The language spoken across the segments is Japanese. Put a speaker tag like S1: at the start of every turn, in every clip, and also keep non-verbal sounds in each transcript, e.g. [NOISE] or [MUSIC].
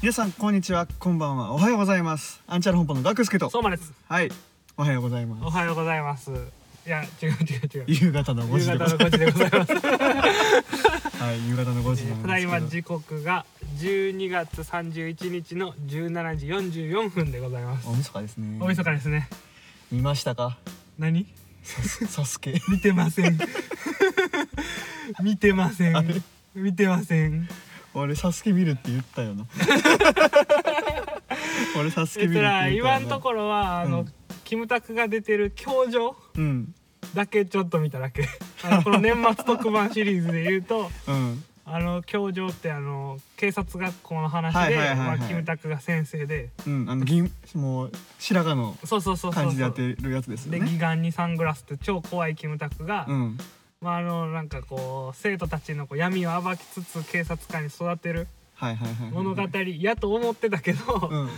S1: 皆さんこんにちはこんばんはおはようございますアンチャル本舗のガクスケと
S2: そうまです
S1: はいおはようござい
S2: お
S1: ます
S2: はようございますいや違う違う違う
S1: 夕方の5
S2: 夕
S1: 時でご
S2: 方
S1: ざ
S2: の
S1: いま
S2: 5時でござい
S1: [LAUGHS]
S2: ます
S1: すはい夕方の5時なん
S2: ただいま
S1: ですけ
S2: 時刻が12月31日の17時44分でございます
S1: ど大晦日ですね
S2: 大晦日ですね
S1: 見ました
S2: [LAUGHS]
S1: か
S2: 何
S1: サスサスケ
S2: 見てま
S1: [LAUGHS]
S2: せん見てませ
S1: あれ
S2: ん見てません
S1: 俺サスケ見るって言った
S2: [LAUGHS]
S1: よな俺サスケ
S2: えっ
S1: 見
S2: と
S1: るって言った
S2: ら
S1: よ
S2: 今
S1: な
S2: のところはあの、
S1: うん
S2: キムタクが出てる教場
S1: うん
S2: だけちょっと見ただけあのこの年末特番シリーズで言うと
S1: うん
S2: あの教場ってあの警察学校の話
S1: はい
S2: で
S1: はいはいはい
S2: まあキムタクが先生で
S1: うんあの銀もう白髪の
S2: そうそうそうそう
S1: 感
S2: そ
S1: じ
S2: う
S1: でやってるやつですよ
S2: で
S1: ね
S2: 義眼にサングラスって超怖いキムタクが、
S1: うん
S2: まああのなんかこう生徒たちのこう闇を暴きつつ警察官に育てる
S1: はいはいはいはい
S2: 物語やと思ってたけど、
S1: うん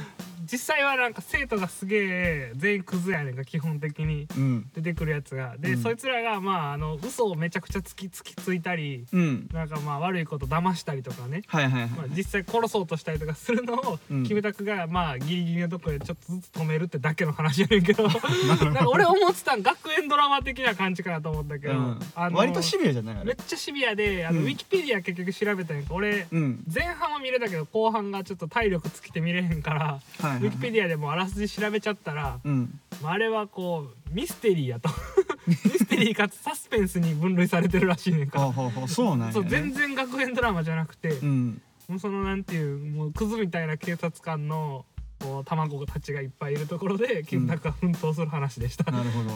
S2: 実際はなんか生徒がすげえ全員クズやねんか基本的に
S1: うん
S2: 出てくるやつがで、
S1: うん
S2: そいつらがまああの嘘をめちゃくちゃつきつきついたり
S1: うん
S2: なんかまあ悪いこと騙したりとかね、
S1: はいはいは
S2: まあ
S1: い、
S2: 実際殺そうとしたりとかするのを、
S1: うん
S2: キムタクがまあギリギリのところでちょっとずつ止めるってだけの話やねんけど
S1: [LAUGHS] なる
S2: なんか俺思ってたん学園ドラマ的な感じかなと思ったけど、
S1: うん
S2: あの
S1: 割とシビアじゃないあ
S2: めっ
S1: れ
S2: ちゃシビアであの、
S1: うん
S2: ウィキペディア結局調べたんやけど俺、
S1: うん
S2: 前半は見れたけど後半がちょっと体力尽きて見れへんから、
S1: はいはい、はい、
S2: ウィキペディアでもあらすじ調べちゃったら、
S1: うん
S2: まあ、あれはこうミステリーやと [LAUGHS] ミステリーかつサスペンスに分類されてるらしいねん
S1: あ
S2: か
S1: ほうほうそうなんや、ね、
S2: そう全然学園ドラマじゃなくて、
S1: うん
S2: もうそのなんていうもうクズみたいな警察官のこう卵たちがいっぱいいるところで金太が奮闘する話でした、
S1: なるほ
S2: [LAUGHS]
S1: ど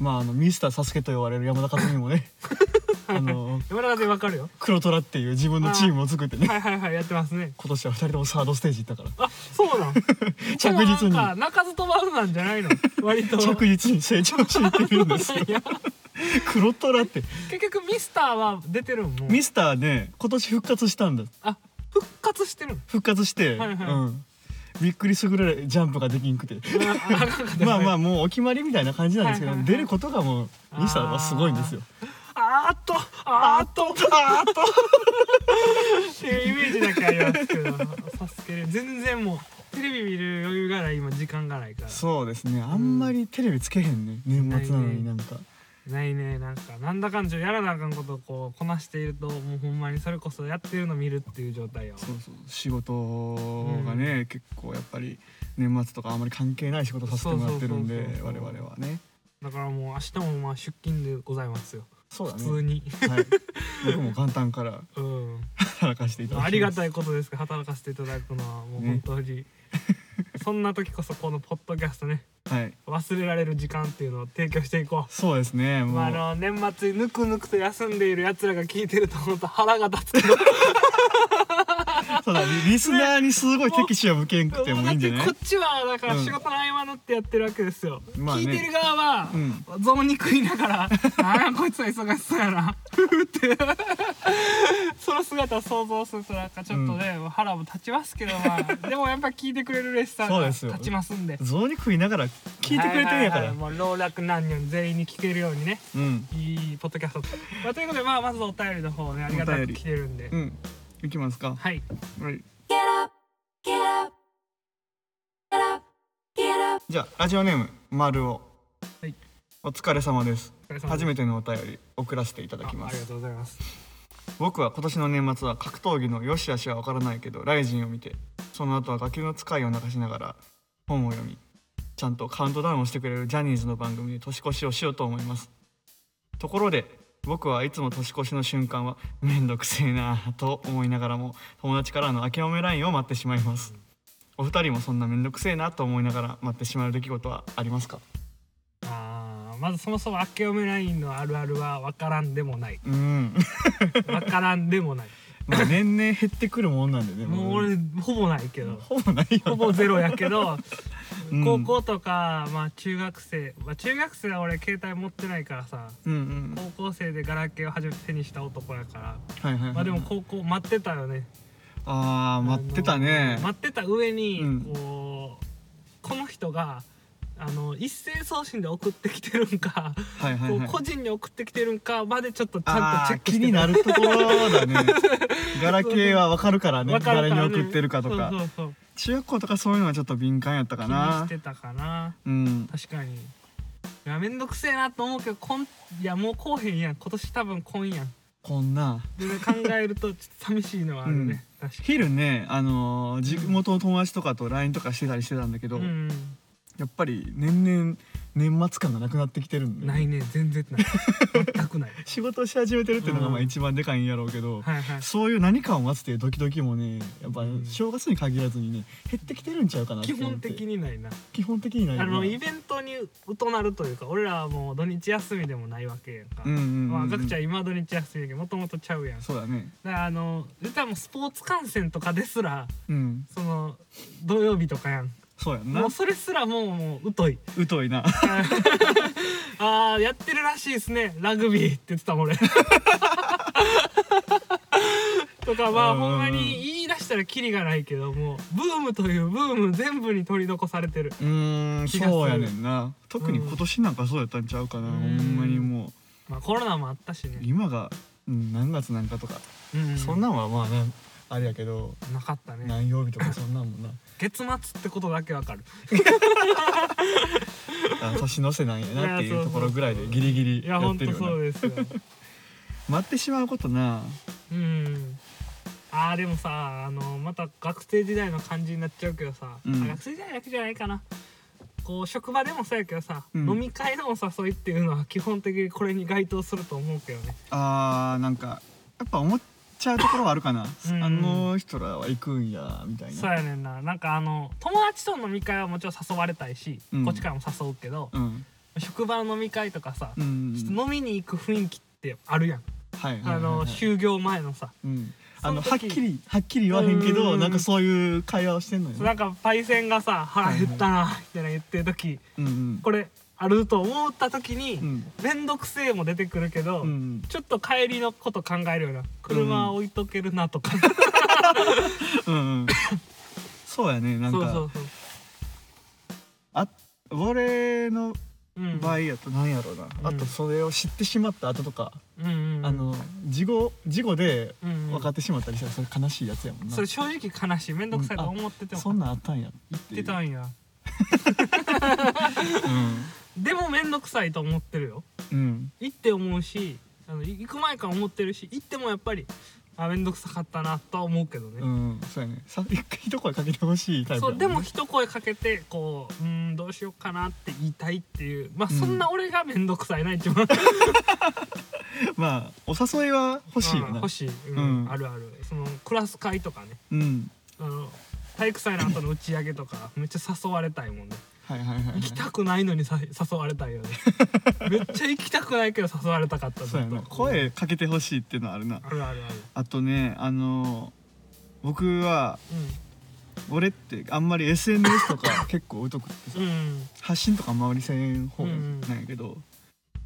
S1: まああのミスターサスケと呼ばれる山田勝美も
S2: [LAUGHS]
S1: ねあの
S2: 山田先生わかるよ
S1: 黒虎っていう自分のチームを作ってね
S2: はいはいはいやってますね
S1: 今年は二人ともサードステージ行ったから
S2: [LAUGHS] あ [LAUGHS] そうなん
S1: 着実
S2: で
S1: に
S2: も [LAUGHS] なんか鳴かず飛ばずなんじゃないの割と
S1: 着実に成長していってるんですよ
S2: いや
S1: 黒虎って
S2: 結局ミスターは出てるもんもう
S1: ミスターね今年復活したんだ
S2: あ復活してるの
S1: 復活して、
S2: はいはい
S1: うんびっくりするぐらいジャンプができんくて
S2: あなんかでも
S1: まあまあもうお決まりみたいな感じなんですけど、
S2: はいはいはい
S1: 出ることがもうミスターはすごいんですよ
S2: [LAUGHS] あーっとあーっとあーっとっていうイメージだけありますけど [LAUGHS] サスケ全然もうテレビ見る余裕がない今時間がないから
S1: そうですねあんまりテレビつけへんね年末なのになんか
S2: ないねなんかなんだかんじゃやらなあかんことをこうこなしているともうほんまにそれこそやってるの見るっていう状態やわ
S1: そうそう仕事がね、結構やっぱり年末とかあんまり関係ない仕事させてもらってるんで
S2: そうそうそう
S1: 我
S2: そう
S1: 々はね
S2: だからもう明日もまあ出勤でございますよ
S1: そうだ
S2: 普通
S1: ね、
S2: に、
S1: はい、僕も元旦から [LAUGHS]
S2: うん
S1: 働かせていただきます
S2: ありがた
S1: い
S2: いことですが働かせていただくのはもう本当
S1: [LAUGHS]
S2: に、そんな時こそこのポッドキャストね
S1: はい
S2: 忘れられる時間っていうのを提供していこう
S1: そうですねもう、
S2: まあ、あの年末にぬくぬくと休んでいるやつらが聞いてると思うと腹が立つけど
S1: そうだリリスナーにすごい敵視は向けんくてもいいんじゃない
S2: こっちはだから
S1: うん
S2: 仕事の合間縫ってやってるわけですよ、
S1: まあね
S2: 聞いてる側は、
S1: うん
S2: ゾーンに食いな
S1: [LAUGHS]
S2: がら「ああこいつは忙しそうやな」ふふってその姿を想像するとなんかちょっとね、腹も立ちますけどまあでもやっぱ聞いてくれるレッサー
S1: そう
S2: が
S1: ですよ
S2: 立ちますんで
S1: 雑に食いながら聞いてくれてるんやから、
S2: はいはいはいもう老若男女全員に聞けるようにね
S1: うん
S2: いいポッドキャスト、まあ、ということで、まあ、まずお便りの方ねありがた
S1: お便
S2: く
S1: り
S2: 来てるんで、
S1: うんいきますか
S2: はい
S1: はい
S3: Get up, get up, get up, get up.
S1: じゃあラジオネーム丸尾
S2: はい
S1: お疲れ様です
S2: お疲れ様です
S1: 初めてのお便り送らせていただき
S2: あ
S1: ま
S2: ありが
S1: す
S2: とうございます
S1: 僕は今年の年末は格闘技の良し悪しは分からないけどライジンを見てその後は崖の使いを流しながら本を読みちゃんとカウントダウンをしてくれるジャニーズの番組で年越しをしようと思いますところで僕はいつも年越しの瞬間はめんどくせえなあと思いながらも友達からの諦めラインを待ってしまいますお二人もそんなめんどくせえなと思いながら待ってしまう出来事はありますか
S2: あーまずそもそも明けおめラインのあるあるは分からんで
S1: [LAUGHS]
S2: もない
S1: うん
S2: 分からんでもない
S1: まあ年々減ってくるもんなんでね
S2: もう俺ほぼないけど
S1: ほぼないよ
S2: ほぼゼロやけど、
S1: [LAUGHS] うん
S2: 高校とか、まあ、中学生、まあ、中学生は俺携帯持ってないからさ
S1: [LAUGHS] うんうん
S2: 高校生でガラケーを初めて手にした男やから
S1: はいはいはい、
S2: まあでも高校待ってたよね
S1: あー待ってたね
S2: あの待ってた上に、
S1: うん
S2: こうこの人があの一斉送信で送ってきてるんか、
S1: はいはいはい
S2: こう個人に送ってきてるんかまでちょっとちゃん
S1: あ
S2: とチェ
S1: ー
S2: ック
S1: 気
S2: して
S1: になるところだ
S2: [LAUGHS]
S1: ねガラケーはわかるからね
S2: わか
S1: 誰
S2: るか
S1: に
S2: らね
S1: 送ってるかとか
S2: そうそうそう
S1: 中学校とかそういうのはちょっと敏感やったか
S2: 気にし
S1: な
S2: てたかな
S1: うん
S2: 確かにいやめんどくせえなと思うけどこんいやもうこうへんやん今年多分こんやん
S1: こんな
S2: で考えるとちょっと寂しいのはあるね、確か
S1: 昼ねあのー地元の友達とかと LINE とかしてたりしてたんだけど、
S2: に、うん
S1: やっぱり年々年末感がなくなってきてるん
S2: う
S1: で
S2: ん、ないね全然ない
S1: [LAUGHS]
S2: 全くない
S1: 仕事し始めてるっていうのがまあ
S2: うん
S1: 一番でかいんやろうけど、
S2: はいはい
S1: そういう何かを待つっていうドキドキもねやっぱ
S2: うん
S1: 正月に限らずにね減ってきてるんちゃうかなって
S2: 基
S1: 思って
S2: 本的にないな
S1: 基本的にないよ
S2: あ
S1: な
S2: のイベントに疎なるというか俺らはもう土日休みでもないわけやんか、
S1: うんうんうんうん
S2: まあ、ガクちゃん今土日休みやけどもともとちゃうやんだか
S1: そうだね
S2: らあの実はもうスポーツ観戦とかですら
S1: うん
S2: その土曜日とかやん
S1: そうやんな
S2: もうそれすらもうもう疎い [LAUGHS]
S1: 疎いな
S2: あーやってるらしいですねラグビーって言ってたもん俺 [LAUGHS] とかまあ
S1: うんうんう
S2: ほ
S1: ん
S2: んまに言い出したらキリがないけどもブームというブーム全部に取り残されてる
S1: うーん
S2: 気がする
S1: [LAUGHS] そうやねんな特に今年なんかそうやったんちゃうかな、
S2: うん
S1: ほんまにも
S2: まあコロナもあったし
S1: う
S2: ね、
S1: 今が、うん、何月なんかとか、
S2: うん、
S1: そんなんはまあなあれやけど
S2: なかったね
S1: 何曜日とかそんなんも
S2: [LAUGHS]
S1: な
S2: 月末ってことだけわかる
S1: あ年の瀬なんやなって
S2: い
S1: い
S2: やそうう
S1: と
S2: そう
S1: ころぐらいでギリギリ
S2: い
S1: や
S2: やほ
S1: っ
S2: ん
S1: て
S2: と
S1: るよな
S2: そうですよ
S1: 待ってしまうことな
S2: うんあーでもさあのまた学生時代の感じになっちゃうけどさ、
S1: うん
S2: あ学生時代だけじゃないかなこう職場でもそうやけどさ、
S1: うん
S2: 飲み会のお誘いっていうのは基本的にこれに該当すると思うけどね
S1: あーなんかやっぱ思っちゃうところはあるかな、
S2: うん
S1: あの人らは行くんやみたい
S2: そう
S1: な
S2: やねんななんかあの友達との飲み会はもちろん誘われたいし、
S1: うん
S2: こっちからも誘うけど、
S1: うん
S2: 職場の飲み会とかさ、
S1: うんうん
S2: ちょっと飲みに行く雰囲気ってあるやん、
S1: はいはいはい、
S2: あの
S1: はい
S2: 就業前のさ
S1: うん、あ
S2: そ
S1: の
S2: の時
S1: はっきりはっきり言わへんけど
S2: うん
S1: なんかそういう会話をしてんのよ、
S2: なんかパイセンがさ腹減ったなみたいな言ってる時
S1: うんうん
S2: これあると思った時に
S1: うん
S2: 面倒くせえも出てくるけど、
S1: うん
S2: ちょっと帰りのこと考えるような車置いとけるなとか、
S1: うんうんそうやねなんか
S2: そうそうそう、
S1: あ俺の
S2: うん、
S1: 場合やとなんやろうな、
S2: うん
S1: あとそれを知ってしまった後とか、
S2: うんうんうん
S1: あの事後事後で
S2: うんうん
S1: 分かってしまったりしたらそれ悲しいやつやもんな、
S2: それ正直悲しい面倒くさいと思ってても
S1: そんなんあったんや言っ
S2: 言ってた
S1: ん
S2: んやでも面倒くさいと思ってるよ
S1: うん、うん、
S2: 行って思うしあの行く前から思ってるし行ってもやっぱりあ面倒くさかったなとは思うけどね、
S1: うん、そうやねさ一回一声かけてほしいタイプ
S2: そ
S1: や
S2: うで
S1: んね
S2: も一声かけてこううーんどうしようかなって言いたいっていうまあそんな俺が面倒くさいな一番
S1: まあお誘いは欲しいよ
S2: うん
S1: な
S2: 欲しい、うん
S1: うん
S2: あるあるそのクラス会とかね
S1: うん
S2: あの体育祭の後の打ち上げとかめっちゃ誘われたいもんね
S1: はいはいはい、はい、
S2: 行きたくないのにさ誘われたい
S1: [LAUGHS]
S2: よねめっちゃ行きたくないけど誘われたかったずっ
S1: そ
S2: と
S1: うやな声かけてほしいっていうのはあるな
S2: あるあるある
S1: あとねあの僕は俺ってあんまり SNS とか結構疎くってさ
S2: う
S1: [LAUGHS]
S2: ん、うん、
S1: 発信とか周りせん方なんやけど、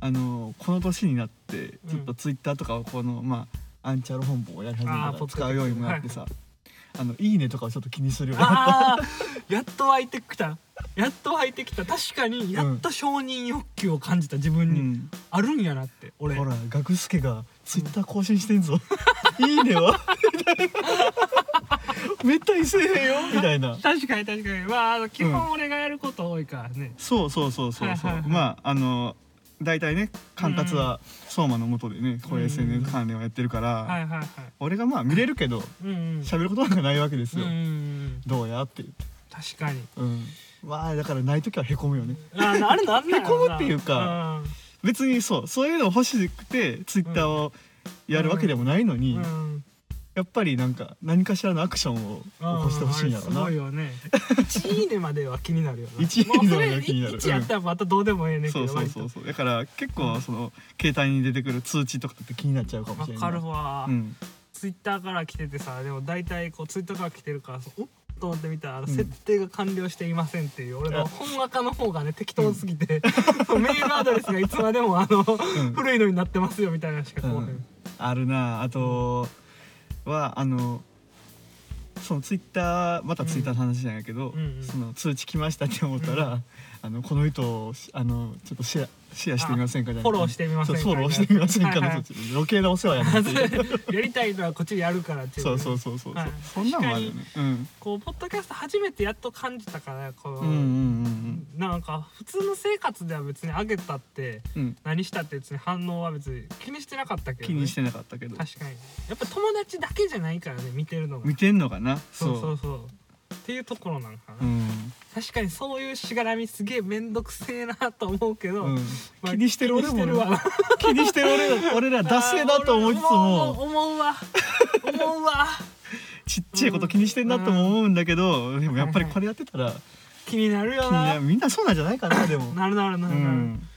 S1: あのこの年になってちょっと Twitter とかをこの、まあアンチャル本部をやり始め
S2: あ
S1: た
S2: ー
S1: ら
S2: ポッドキャスト
S1: 使うようにもなってさ「あのいいね」とかをちょっと気にするようになっ
S2: ああやっと湧いてきたやっと湧いてきた確かにやっと承認欲求を感じた自
S1: た、
S2: 分
S1: う
S2: に、
S1: ん、
S2: あるんやなって俺
S1: ほら学助が Twitter 更新してん
S2: [LAUGHS]
S1: ぞ「いいねは」めったにせえへんよみたいな。
S2: 確かに確かにまああの基本俺がやること多いからね、
S1: そうそうそうそうそう、
S2: はいはいはい
S1: まああの大体ね管轄は相馬のもとでねこういう SNS 関連をやってるから、
S2: はいはいはい
S1: 俺がまあ見れるけど
S2: うんうん
S1: 喋ることなんかないわけです
S2: うん
S1: よ、
S2: うんうん
S1: どうやって言って
S2: 確かに
S1: うんまあだからない時はへこむよね
S2: あなるなんだ
S1: へこむっていうか別にそうそういうの欲しくてツイッターをやるわけでもないの
S2: う
S1: に、
S2: ん、うん
S1: やっぱりなんか何かしらのアクションを起こしてほしいんやろ
S2: あ
S1: な
S2: れすごい
S1: [LAUGHS]
S2: よね1いいねまでは気になるよな
S1: 一いいねまでは気になる
S2: もうそれ1やったらまたどうでもええねんけ
S1: そう
S2: ど
S1: そう
S2: 割
S1: そ
S2: と
S1: うそうだから結構その携帯に出てくる通知とかって気になっちゃうかも
S2: わ
S1: しれな
S2: か
S1: い
S2: るわ、
S1: うん
S2: ツイッターから来ててさでも大体こうツイッターから来てるからそうおっと思ってみたら、設定が完了していませんっていう俺の本垢の方がね適当すぎて、 [LAUGHS] メールアドレスがいつまでもあの、
S1: ん
S2: 古いのになってますよみ [LAUGHS] たいなのしかこうへん、
S1: あるなあとはあのそのツイッターまたツイッターの話なんやけど、
S2: うんうん
S1: その通知来ましたって思ったら、あのこの人をしあのちょっとシェアシェアしてみませんかじゃなく
S2: フォローしてみません
S1: そ
S2: か
S1: うフォローしてみませんか
S2: はい
S1: の
S2: は
S1: そっ
S2: い
S1: ち余計なお世話やなっていう
S2: やりたいのはこっちでやるからっていう
S1: そうそうそうそう、
S2: はい
S1: そんなんもあるよね、うん、
S2: こうポッドキャスト初めてやっと感じたからこう、
S1: うんうんうん
S2: なんか普通の生活では別にあげたって
S1: うんうん
S2: 何したって別に反応は別に気にしてなかったけど、
S1: 気
S2: ね、
S1: にしてなかったけど
S2: 確かにやっぱ友達だけじゃないからね見てるのが
S1: 見てんのかな
S2: そうそうそうっていうところなんか
S1: う
S2: な、
S1: ん
S2: 確かにそういうしがらみすげえ面倒くせえなと思うけど、
S1: うん
S2: まあ
S1: 気にしてる俺も
S2: 気にしてるわ
S1: 気にしてる俺ら俺ら惰性だと思いつつ
S2: [LAUGHS] あー
S1: も
S2: 俺思うわ思うわ
S1: ちっちゃいこと気にしてんなとも思うんだけどでもやっぱりこれやってたら
S2: 気になる
S1: 気
S2: よ
S1: にな
S2: な
S1: みんなそうなんじゃないかなでも。
S2: なるなるな
S1: う
S2: るなる、
S1: ん、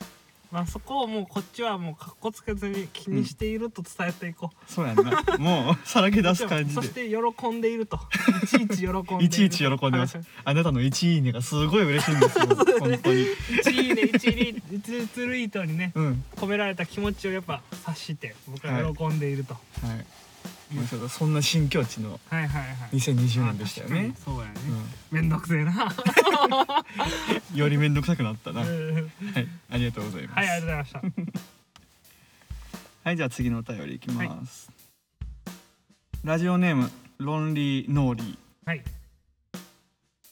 S2: まあそこをもうこっちはもうかっこつけずに気にしていると伝えていこう、
S1: そうやんなもうさらけ出す感じ
S2: そし
S1: で
S2: て喜んでい
S1: [LAUGHS]
S2: るといちいち喜んでいる
S1: いちいち喜んでますあなたの1いいねがすごい嬉しいん
S2: [LAUGHS]
S1: ですよ本当に
S2: 1いいね1リ1ツルイートにね
S1: うん
S2: 込められた気持ちをやっぱ察して僕は喜んでいると、
S1: はいもうちょっとそんな新境地の
S2: はい、はいはいはい
S1: 2020年でしたよね
S2: あ確かに、そうやね、めんどくせえなは
S1: うん、より面倒くさくなったな、はい、
S2: い
S1: ありがとうございます、
S2: ありがとうございました
S1: はいじゃあ次のお便りいきます、ラジオネームロンリーノーリー
S2: はい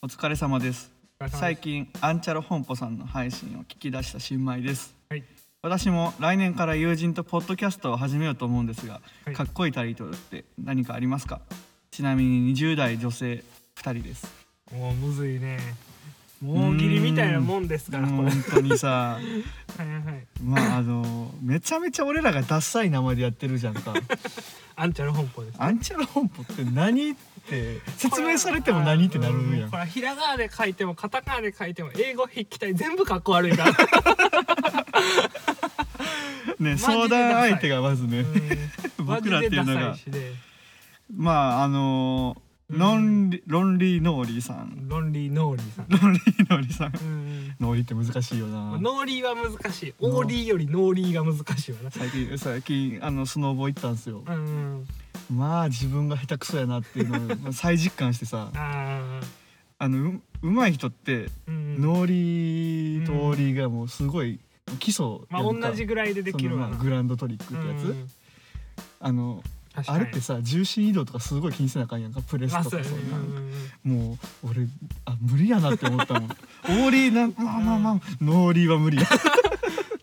S1: お疲れ様です
S2: お疲れ様です
S1: 最近アンチャロ本舗さんの配信を聞き出した新米です
S2: はい
S1: 私も来年から友人とポッドキャストを始めようと思うんですが、
S2: はい
S1: かっこいいタイトルって何かありますかちなみに20代女性2人です
S2: もうむずいねもう切りみたいなもんですからこ
S1: もう
S2: れ
S1: 本当に
S2: [LAUGHS]
S1: さ
S2: はいはいはい
S1: まああのめちゃめちゃ俺らがダッサい名前でやってるじゃん
S2: [LAUGHS]
S1: か
S2: あんちゃんの本舗です
S1: アンチャロ本舗って何って説明されても何ってなる
S2: これ
S1: や
S2: うん
S1: ん
S2: これひらがなで書いてもカタカナで書いても英語筆記体全部かっこ悪いから
S1: ね
S2: ジでダサい
S1: 相談相手がまずね
S2: うん
S1: 僕らっていうのが
S2: [LAUGHS] マジでダサいしね
S1: まああの
S2: うん
S1: ロンリロンリーノーリーさん
S2: ロンリーノーリーさん
S1: ロンリーノーリーさん
S2: うん
S1: ノーリーって難しいよな
S2: ノーリーは難しいオーリーよりノーリーが難しいわな
S1: 最近最近あのスノーボー行ったんですよ
S2: うん
S1: まあ自分が下手くそやなっていう
S2: [LAUGHS]
S1: のを再実感してさ
S2: あ
S1: あのううまい人って
S2: ーうん
S1: ノーリーとオーリーがもうすごい基礎
S2: まあ
S1: やんか
S2: 同じぐらいでできるわ
S1: そのま
S2: な
S1: あグランドトリックってやつ、
S2: うん
S1: あの
S2: 確か
S1: あ
S2: に
S1: れってさ重心移動とかすごい気にせなあかんやんかプレス
S2: あ
S1: と
S2: そう
S1: か
S2: や
S1: そ
S2: ね
S1: ん
S2: う
S1: なん
S2: んうん
S1: もう俺あ無理やなって思った
S2: [LAUGHS]
S1: もんオーリーなんまあまあまあ、ノーリーは無理や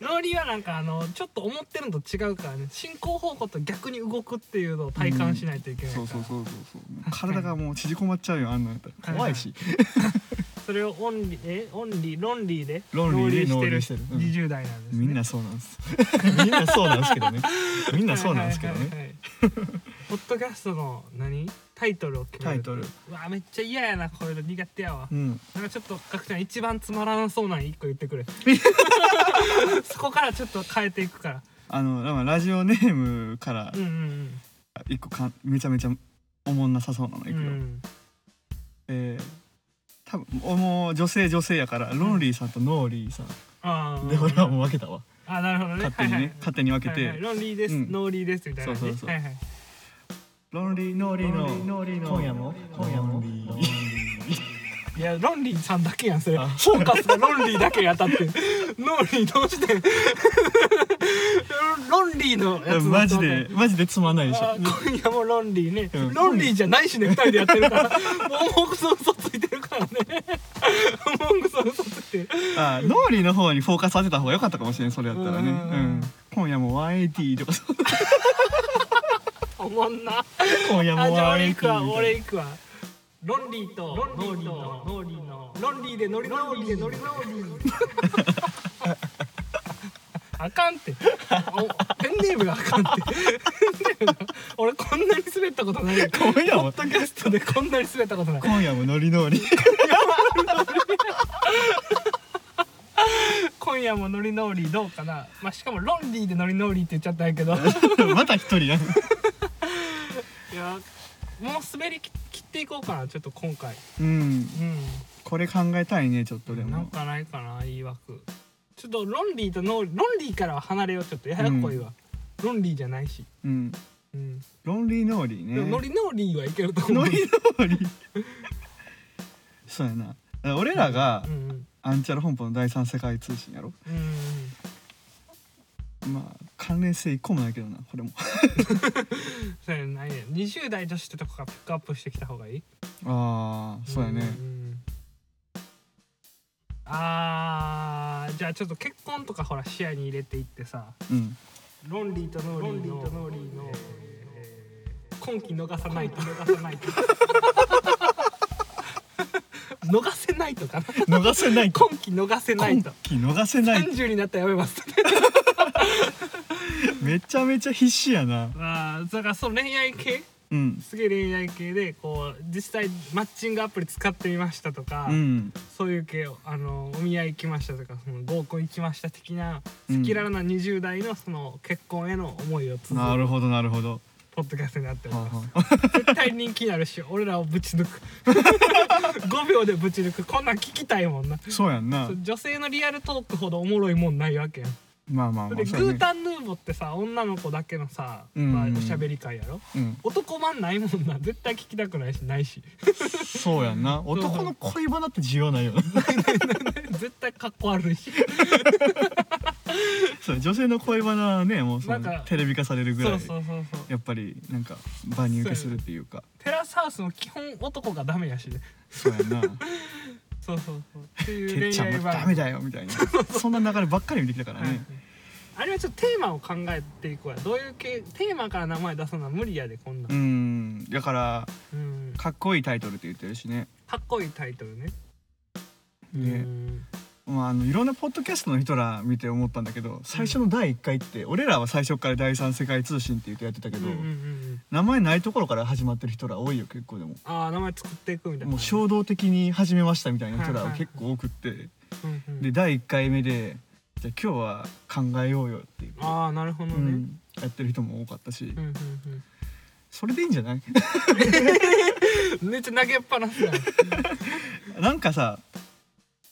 S2: ノーリーはなんかあのちょっと思ってるのと違うからね進行方向と逆に動くっていうのを体感しないといけないか
S1: そ
S2: ら
S1: うそうそうそうそう体がもう縮こまっちゃうよあんなんやったら怖いし、
S2: それをオンリーえオンリーロンリーで
S1: ロンリーで
S2: ノーリーして
S1: ノ
S2: る
S1: ーリー
S2: 20代なんですね
S1: みんなそうなんです
S2: [LAUGHS]
S1: みんなそうなんですけどねみんなそうなんですけど
S2: は
S1: ね
S2: いはいはいはいポッドキャストの何タイトルを決める
S1: タイトル
S2: うわめっちゃ嫌やなこれ苦手やわ
S1: うん
S2: なんかちょっとガクちゃん一番つまらなそうなん一個言っ
S1: [LAUGHS]
S2: てくれそこからちょっと変えていくから
S1: あのまあラジオネームから
S2: うんうん
S1: 一個かんめちゃめちゃおもんなさそうなのいく
S2: うん
S1: よ、
S2: うん
S1: えー多分もう女性女性やからロンリーさんとノーリーさん、
S2: あー
S1: で俺はもう分けたわ
S2: あなるほどね
S1: 勝手にね、
S2: はいはい
S1: 勝手に分けて、
S2: はいはいロンリーです、
S1: うん
S2: ノーリーですみたいなね
S1: そうそうそう
S2: はいはい
S1: ロンリーノーリーの今夜も今夜も
S2: いやロンリーさんだけやんそれフ
S1: あ
S2: ォーカスがロンリーだけに当たってるノーリーどうしてんロンリーのやつだ
S1: マ
S2: と
S1: ジ
S2: 思った
S1: でマジでつまんないでしょ
S2: あ今夜もロンリーね、
S1: うん
S2: ロンリーじゃないしね二人でやってるからもう嘘嘘ついてるからねもう嘘嘘ついてる
S1: あノーリーの方にフォーカス当てた方が良かったかもしれんそれやったらねうん
S2: う
S1: ん今夜も180とかそう
S2: おもんな
S1: 今夜も
S2: あじゃあ俺
S1: 180
S2: 行
S1: と
S2: くわ
S1: か
S2: 俺行くわロンリーとノーリーのノーリーのロンリーでノリノリでノリノリあかんっておペンネームがあかんってペンネームが俺こんなに滑ったことないポッ
S1: 今夜も
S2: ドキャストでこんなに滑ったことない
S1: 今夜もノリノ
S2: [LAUGHS]
S1: リ
S2: 今夜もノリノリどうかなまあしかもロンリーでノリノリって言っちゃったんやけどい
S1: また一人やん
S2: やもう滑りき切っていこうかなちょっと今回
S1: うん
S2: うん
S1: これ考えたいねちょっとで
S2: なん
S1: も
S2: かないかな言い枠ちょっとロンリーとノーロンリーからは離れようちょっとややこいわ、ロンリーじゃないし
S1: うん
S2: うん、
S1: ロンリーノーリーね
S2: でもノリノリはいけると思
S1: ノ
S2: う
S1: リノーリーそうやなだから俺らが
S2: うんうん
S1: アンチャル本舗の第三世界通信やろ
S2: うんうん
S1: まあ関連性一個もないけどなこれも
S2: そうやないね20代女子ってとこからピックアップしてきた方がいい
S1: ああそうやね
S2: んんあーじゃあちょっと結婚とかほら視野に入れていってさ
S1: うん
S2: ロンリーとノーリーのえー今期逃さないと [LAUGHS] 逃さないと逃せないとかな
S1: 逃せ
S2: [LAUGHS]
S1: ない
S2: 今期逃せない
S1: 今
S2: と
S1: 期逃せない
S2: 30になったらやめます
S1: めちゃめちゃ必死やな
S2: あーだからその恋愛系
S1: うん
S2: すげえ恋愛系でこう実際マッチングアプリ使ってみましたとか、
S1: うん
S2: そういう系をあのお見合い行きましたとかその合コン行きました的な赤裸々な20代のその結婚への思いをつ
S1: な
S2: づる
S1: るほどなるほど
S2: ポッドキャストになっており
S1: は
S2: ます。
S1: あはあ
S2: 絶対人気になるし俺らをぶち抜く [LAUGHS] 5秒でぶち抜くこんなん聞きたいもんな
S1: そうやんな
S2: 女性のリアルトークほどおもろいもんないわけやん
S1: まあまあま
S2: で
S1: あ
S2: グ
S1: そうや
S2: ー
S1: ね
S2: タンヌーボってさ女の子だけのさ、
S1: うん
S2: まあ、おしゃべり会やろ
S1: うん
S2: 男版ないもんな絶対聞きたくないしないし [LAUGHS]
S1: そうやんな男の恋バナって需要ないよな
S2: 絶対かっこ悪いし
S1: そう女性の恋バナはねもうそ
S2: なんか
S1: のテレビ化されるぐ
S2: そ
S1: ら
S2: う
S1: い
S2: そうそうそう
S1: やっぱりなんか場に受けするっていうか
S2: テラスハウスも基本男がダメやしね
S1: そうやんな
S2: そうそうそうってい
S1: てっ
S2: う
S1: ちゃんもダメだよみたいなそんな流ればっかり見てきたから
S2: はい
S1: ね
S2: あれはちょっとテーマを考えていこうやどういう系テーマから名前出すのは無理やでこんな、
S1: うんんだから
S2: うん、
S1: かっこいいタイトルって言ってるしね
S2: かっこいいタイトルね
S1: ね
S2: うん
S1: まあ、あのいろんなポッドキャストの人ら見て思ったんだけど最初の第1回って、俺らは最初から第三世界通信って言ってやってたけ
S2: うん
S1: ど、
S2: うんうん
S1: 名前ないところから始まってる人ら多いよ結構でも
S2: ああ名前作っていくみたいな
S1: もう衝動的に始めましたみたいな人ら
S2: は
S1: は
S2: いはい
S1: 結構多くって、
S2: うんうん
S1: で第1回目でじゃあ今日は考えようよっていう、
S2: ああなるほど
S1: う
S2: ね
S1: ん、やってる人も多かったし、
S2: うんうん
S1: それでいいんじゃない [LAUGHS]
S2: うんめっちゃ投げっぱなしだよ
S1: なんかさ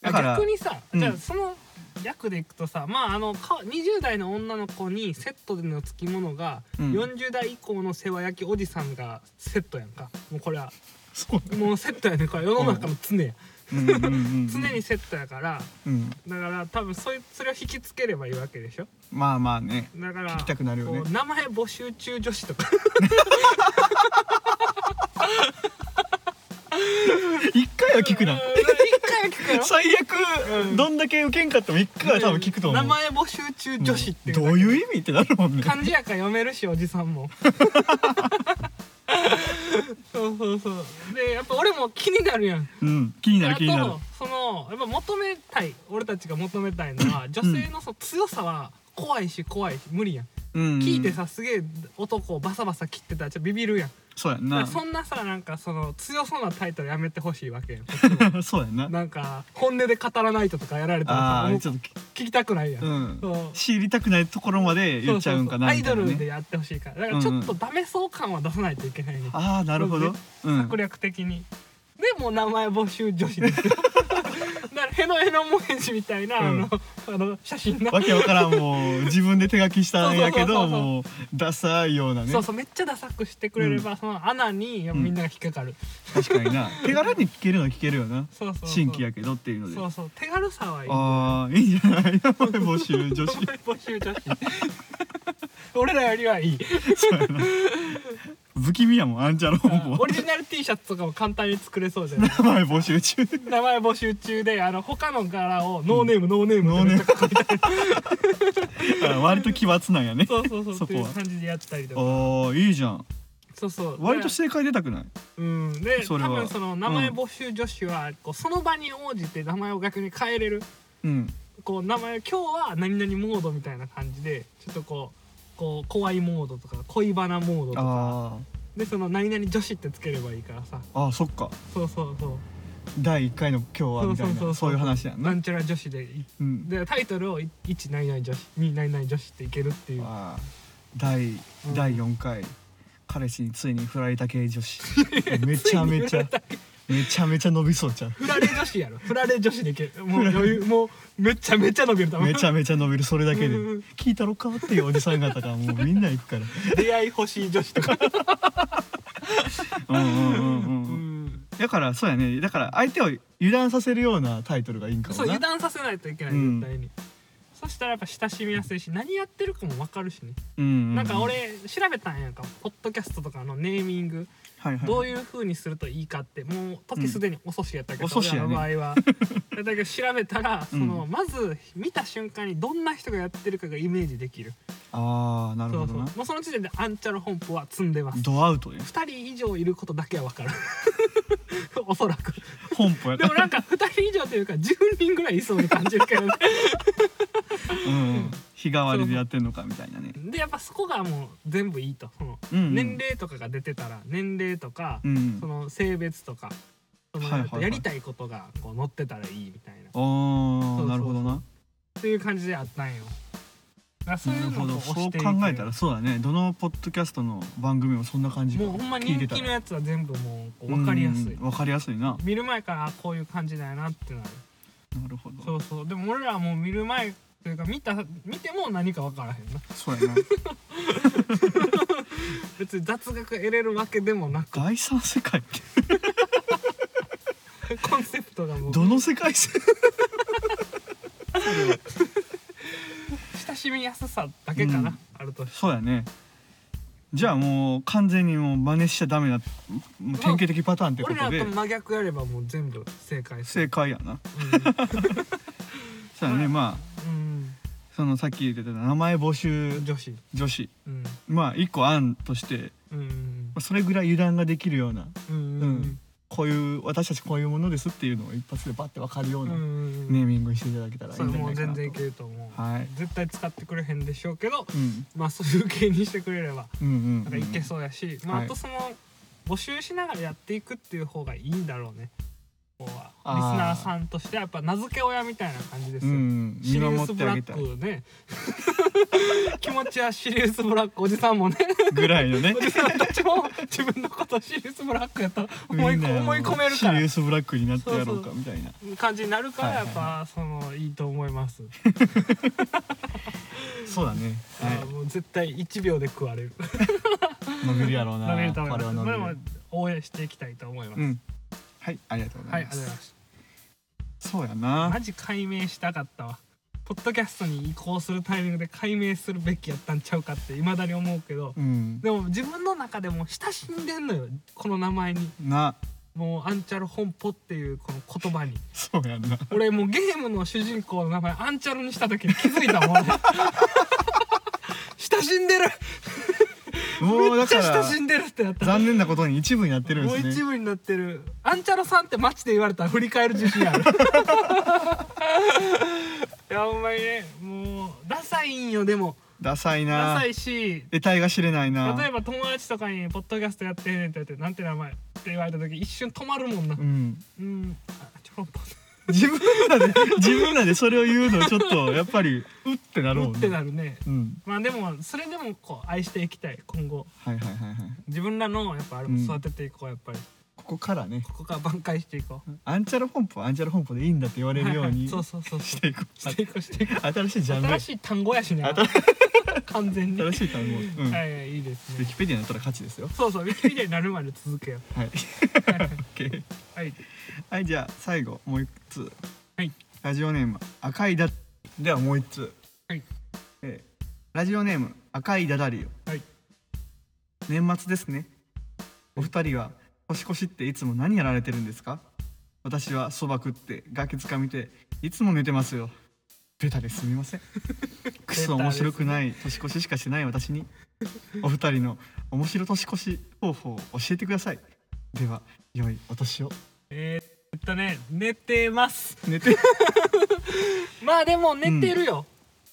S1: だから
S2: 逆にさ、
S1: うん
S2: じゃあその役でいくとさまああのか20代の女の子にセットでの付き物が、
S1: うん
S2: 40代以降の世話焼きおじさんがセットやんかもうこれは
S1: そう、
S2: もうセットやねんこれ世の中の常や、
S1: うんうんうんうん、
S2: 常にセットやから
S1: うん、
S2: だから多分そいそれを引きつければいいわけでしょ
S1: まあまあね
S2: だから
S1: 聞きたくなるよね
S2: こう名前募集中女子とか
S1: 一回は聞くな
S2: 一回は聞くよ
S1: 最悪、
S2: うん
S1: どんだけ受けんかっても一回は多分聞くと思う、
S2: 名前募集中女子っていう
S1: どういう意味ってなるもんね
S2: 漢字やから読めるしおじさんもそうそうそうでやっぱ俺も気になるやん
S1: うん気にな
S2: あ
S1: る
S2: と
S1: 気になる
S2: そのやっぱ求めたい俺たちが求めたいのは女性のその強さは怖いし怖いし無理やん、
S1: うん
S2: 聞いてさすげえ男をバサバサ切ってたらちょっとビビるやん、
S1: そうやん
S2: だか
S1: な
S2: らそんなさなんかその強そうなタイトルやめてほしいわけや
S1: [LAUGHS]
S2: ん
S1: そうやんな
S2: なんか本音で語らないととかやられたらさ
S1: あ
S2: も
S1: あ
S2: う
S1: ちょっと
S2: 聞きたくないやん、
S1: うん
S2: そう
S1: 知りたくないところまで言っちゃうんかな
S2: そう
S1: みた
S2: そ
S1: い
S2: うそう
S1: な
S2: アイドルで
S1: ね
S2: やってほしいからだからちょっとダメそう感は出さないといけないね、
S1: ああなるほどうん
S2: 策略的にでもう名前募集女子
S1: [LAUGHS]
S2: ですよだからへのへのもへじみたいな、
S1: うん
S2: あのあの写真が
S1: わけわからんもう自分で手書きしたんやけ
S2: そうそ
S1: ど
S2: うそうそう
S1: もうダサいようなね
S2: そうそうめっちゃダサくしてくれれば、その穴にみんなが引っかかる、
S1: 確かに
S2: [LAUGHS]
S1: な手軽に聞けるのは聞けるよな
S2: そうそうそう
S1: 新規やけどっていうので
S2: そうそう手軽さはいい
S1: ああいいんじゃない [LAUGHS] 名前募集女子
S2: 名前募集女子 [LAUGHS] 俺らよりはいい
S1: そうやな不気味やもんあんちゃんの本
S2: オ
S1: 舗
S2: リジナル T シャツとかも簡単に作れそうじゃない
S1: 名前募集 [LAUGHS] 中
S2: 名前募集中であの他の柄をノーネーム、ノーネームってめっちゃ書いてある
S1: あ割と奇抜なんやね
S2: そうそうそう
S1: そ
S2: って
S1: こ
S2: い
S1: は
S2: う感じでやったりとか
S1: ああいいじゃん
S2: そうそう
S1: 割と
S2: で
S1: 正解出たくない
S2: うんで
S1: そ
S2: 多
S1: れは
S2: 分その名前募集女子はこうその場に応じて名前を逆に変えれる
S1: うん
S2: こう名前今日は何々モードみたいな感じでちょっとこうこう怖いモードとか恋バナモードとか
S1: あ
S2: でその何々女子ってつければいいからさ
S1: ーあーそっか
S2: そうそうそう
S1: 第一回の今日はみたいなそういう話やん
S2: な
S1: なん
S2: ちゃら女子でい
S1: うん
S2: でタイトルを1何々女子2何々女子っていけるっていう
S1: あー第
S2: う
S1: [LAUGHS]
S2: ん
S1: 第四回彼氏についに振られた系女子めちゃめちゃめちゃめちゃ伸びそうじゃん
S2: フラレ女子やろフラレ女子でいけるもう余裕もうめちゃめちゃ伸びると思う
S1: めちゃめちゃ伸びるそれだけで
S2: うん
S1: 「聞いたろか?」っていうおじさん方がもうみんな行くから
S2: 出会い欲しい女子とか
S1: うんうんうんうん
S2: う
S1: うん
S2: ん
S1: だからそうやねだから相手を油断させるようなタイトルがいいんかも
S2: そ
S1: な
S2: う油断させないといけない
S1: うん
S2: 絶対に、そしたらやっぱ親しみやすいし何やってるかも分かるしね、
S1: うんうんうん
S2: なんか俺調べたんやんかポッドキャストとかのネーミング
S1: はいはい
S2: どういう風にするといいかってもう時すでに遅しやったけど、
S1: 遅しやね
S2: 俺らの
S1: [LAUGHS]
S2: 場合はだけど調べたらその、まず見た瞬間にどんな人がやってるかがイメージできる
S1: ああなる
S2: そ
S1: ほ
S2: う
S1: ど
S2: そう
S1: な
S2: もうその時点でアンチャル本舗は積んでます
S1: ドアウトね
S2: 2人以上いることだけは分
S1: [LAUGHS]
S2: かるおそらく
S1: 本舗や
S2: でもなんか2人以上というか10人ぐらいいそうに感じるけどね
S1: うんうん日替わりでやってんのかみたいなね
S2: でやっぱそこがもう全部いいとその
S1: うんうん
S2: 年齢とかが出てたら年齢とか、
S1: うん
S2: その性別とかその
S1: はいはいはい
S2: やりたいことがこう載ってたらいいみたいな
S1: あ
S2: そ
S1: あ
S2: うそうそう
S1: なるほどな
S2: っていう感じであったんよだからそう
S1: ないる
S2: う
S1: ほ
S2: のをこ
S1: ど
S2: う
S1: そう考
S2: 押していく
S1: えたらそうだねどのポッドキャストの番組もそんな感じか
S2: もうほんま
S1: 聞い
S2: 人
S1: てた
S2: 気の
S1: ら
S2: やつは全部もうこう分かりやすい
S1: うんわかりやすいな
S2: 見る前からあこういう感じだよなってなる
S1: なるほど
S2: そうそうでも俺らはもう見る前というか見た見ても何か分からへんな
S1: そうやな
S2: [LAUGHS] 別に雑学得れるわけでもなく [LAUGHS]
S1: 第三世界って
S2: コンセプトがもう
S1: どの世界線
S2: 親しみやすさだけかな、
S1: うん
S2: あると
S1: そうやねじゃあもう完全にもう真似しちゃダメなもう典型的パターンってこ
S2: 俺ら
S1: とで
S2: と真逆やればもう全部正解する
S1: 正解やなそうや
S2: は
S1: ね
S2: い
S1: ま
S2: うん、
S1: あそのさっき言ってた名前募
S2: う
S1: 集
S2: ん、女子
S1: 女子
S2: うん
S1: まあ一個案として
S2: うん
S1: まあそれぐらい油断ができるような
S2: うん
S1: うんこういう私たちこういうものですっていうのを一発でバッてわかるよう
S2: うんう
S1: なんネーミングにしていただけたらい
S2: そ
S1: いん
S2: れ
S1: じゃ
S2: も
S1: な
S2: う
S1: いかな
S2: 全
S1: と
S2: 然いけると思う、
S1: はい
S2: 絶対使ってくれへんでしょうけど
S1: うん
S2: まあそういう系にしてくれれば
S1: うんうん
S2: なんかいけそうやし、まあ
S1: はい
S2: あとその募集しながらやっていくっていう方がいいんだろうねこうは
S1: あー
S2: リスナーさんとしてはやっぱ名付け親みたいな感じです
S1: うん
S2: よ、
S1: うん
S2: シ
S1: 見
S2: リウ
S1: 守
S2: ス
S1: っ
S2: ブ
S1: て
S2: ラ
S1: あげたい
S2: ックね [LAUGHS] 気持ちはシリウスブラックおじさんもね [LAUGHS]
S1: ぐらいのね
S2: おじさんたちも自分のことシリウスブラックやと思い
S1: みんな
S2: 思い込める
S1: シ
S2: か
S1: リウ
S2: ら
S1: スブラックになってやろう
S2: そう
S1: か
S2: そ
S1: みたいな
S2: 感じになるから
S1: は
S2: や
S1: い
S2: っ
S1: はい
S2: ぱ、そのいいと思います、
S1: そうだね
S2: あーもう絶対1秒で食われる
S1: 伸びるやろうな
S2: 食べるため
S1: これは伸
S2: ま
S1: び
S2: あで
S1: る
S2: も応援していきたいと思います、
S1: うんはいありがとうご
S2: は
S1: ざ
S2: いあり
S1: いま
S2: がとうござ
S1: す
S2: いました
S1: そうやな
S2: マジ解明したかったわポッドキャストに移行するタイミングで解明するべきやったんちゃうかっていまだに思うけど
S1: うん
S2: でも自分の中でも親しんでんのよこの名前に
S1: な
S2: もうアンチャル本舗っていうこの言葉に
S1: そうや
S2: [LAUGHS]
S1: な
S2: 俺もうゲームの主人公の名前アンチャルにした時に気づいたもん俺親しんでる
S1: もう
S2: め
S1: だ
S2: っち
S1: か
S2: ゃ
S1: ら
S2: 親しんでるってなった
S1: 残念なことに一部になってるん
S2: もう
S1: で
S2: 一
S1: すね
S2: 部になってるアンチャロさんって街で言われたら振り返る自
S1: [LAUGHS]
S2: 信あるいやほんまにねもうダサいんよでも
S1: ダサい
S2: ダ
S1: な
S2: サいし
S1: 得体が知れないな
S2: 例えば友達とかに「ポッドキャストやってんねん」って言って「なんて名前?」って言われた時一瞬止まるもんな
S1: うん
S2: うんあちょろっと
S1: 自分らで自分らでそれを言うのちょっとやっぱりうってなるも
S2: うんっ
S1: ね
S2: てなるね
S1: うん
S2: まあでもそれでもこう愛していきたい今後
S1: はいはいはいはい
S2: 自分らのやっぱあれも育てていこうやっぱり
S1: ここからね
S2: ここから挽回していこう
S1: アンチャル本舗はアンチャル本舗でいいんだって言われるように
S2: [LAUGHS] そうそうそう
S1: し [LAUGHS]
S2: そう
S1: ていく
S2: していこうしていこう
S1: 新しいジャンル
S2: 新しい単語やしね
S1: 新
S2: [LAUGHS] 完全に
S1: 新しい単語うん
S2: はいはいいいです
S1: ウィ
S2: ね
S1: キペディアになったら勝ちですよ
S2: そうそうウィキペディアになるまで続けよ
S1: はい OK
S2: うはい
S1: はいじゃあ最後もう一つ
S2: はい
S1: ラジオネーム赤いだではもう一つ
S2: はい
S1: えーラジオネーム赤いダダリオ
S2: はい
S1: 年末ですねお二人は年越しっていつも何やられてるんですか私はそば食ってガキつかみていつも寝てますよベタですみませ [LAUGHS] んクソ面白くない年越ししかしてない私にお二人の面白年越し方法を教えてくださいでは良いお年を
S2: えーっとね寝てます
S1: 寝て
S2: まあでも寝てるよ、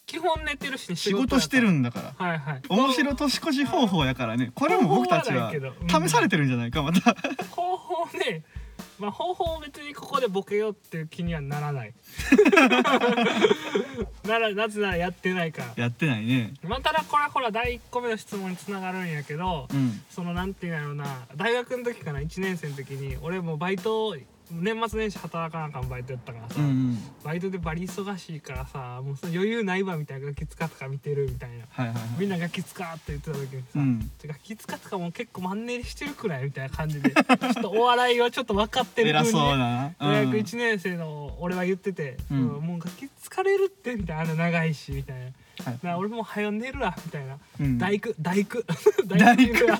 S2: 基本寝てるしね
S1: 仕事してるんだから
S2: はいはい
S1: 面白年越し方法やからねこれも僕たちは
S2: 方法はないけどう
S1: 試
S2: ん
S1: されてるんじゃないかまた
S2: 方法ねまあ方法を別にここでボケようっていう気にはなら
S1: [LAUGHS]
S2: ないならなぜならやってないから
S1: やってないね
S2: まあただこれはほら第1個目の質問につながるんやけど
S1: うん
S2: そのなんていうんやろうな大学の時かな1年生の時に俺もうバイト年末年始働かなあかんバイトやったからさ、
S1: うんうん
S2: バイトでバリ忙しいからさもうその余裕ないわみたいなガキ使とか見てるみたいな
S1: はいはいはい
S2: みんなガキ使って言ってた時にさ、
S1: うん
S2: てか気使とかも結構マンネリしてるくらいみたいな
S1: [LAUGHS]
S2: 感じでちょっとお笑いをちょっと分かってる
S1: 偉
S2: 風
S1: そう
S2: にね
S1: なうん
S2: 大学1年生の俺は言ってて、
S1: うん
S2: そのもうガキ疲れるってみたいなあの長いしみたいな。
S1: はい
S2: な俺もう早寝るわみたいな、
S1: うん
S2: 大工
S1: [LAUGHS]
S2: 大工
S1: 大工
S2: 寝るわ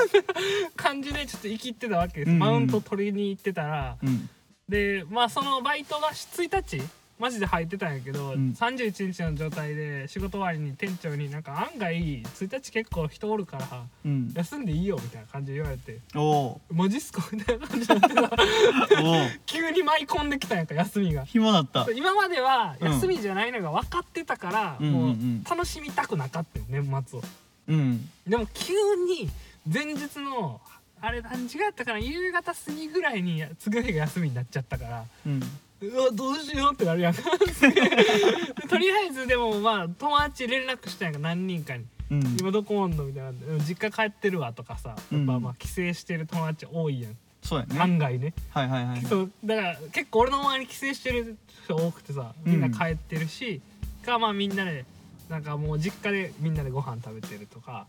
S2: [LAUGHS] 感じでちょっと生きってたわけです、
S1: うんうん
S2: マウント取りに行ってたら、
S1: うん
S2: でまあそのバイトが1日マジで入ってたんやけど、
S1: うん
S2: 31日の状態で仕事終わりに店長になんか案外1日結構人おるから
S1: うん
S2: 休んでいいよみたいな感じで言われて
S1: おお
S2: マジっすかみたいな感じになって
S1: [LAUGHS]
S2: た
S1: ーおお
S2: 急に舞い込んできたんやんか休みが
S1: 暇だった
S2: 今までは
S1: うん
S2: 休みじゃないのが分かってたから、
S1: うんうんう
S2: もうん楽しみたくなかったよ年末を
S1: うん
S2: でも急に前日のあれ何時がやったかな夕方過ぎぐらいに次の日が休みになっちゃったから
S1: うん
S2: うわどうしようってなるやんとりあえずでもまあ友達連絡したんやんか何人かに
S1: うん
S2: 「今どこおんの?」みたいなうん「実家帰ってるわ」とかさやっぱまあ帰省してる友達多いやん、
S1: そうやね
S2: 案外ね
S1: はいはいはい
S2: そうだから結構俺の周りに帰省してる人多くてさみんな帰ってるし、かまあみんなでなんかもう実家でみんなでご飯食べてるとか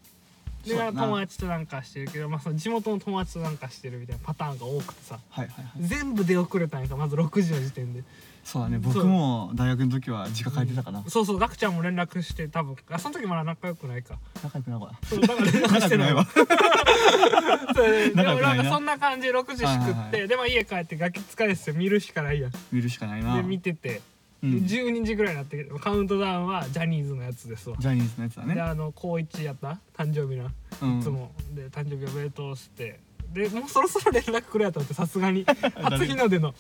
S2: で
S1: そうやな
S2: 友達となんかしてるけど、まあ、その地元の友達となんかしてるみたいなパターンが多くてさ
S1: はいはいはい
S2: 全部出遅れたんやんかまず6時の時点で
S1: そうだね僕も大学の時は実家帰ってたかな
S2: そうそうガクちゃんも連絡して多分あその時まだ仲良くないか
S1: 仲良くないわ
S2: そうだから連絡し
S1: 仲
S2: て
S1: 良くな
S2: ないい
S1: わ
S2: そう
S1: 仲良くな
S2: でも
S1: いな
S2: なんかそんな感じで6時しくって、
S1: はいはいはい
S2: でも家帰ってガキ疲れっすよ見るしかないやんで
S1: 見るしかないな
S2: 見てて
S1: う
S2: で
S1: んジ
S2: 12時ぐらいになってカウントダウンはジャニーズのやつですわ、
S1: ャニーズのやつだ
S2: で
S1: ね
S2: あの高一やった誕生日の
S1: うん
S2: いつも、で誕生日おめでとうしてでもうそろそろ連絡くれやと思ってさすが
S1: [LAUGHS]
S2: に初日の出の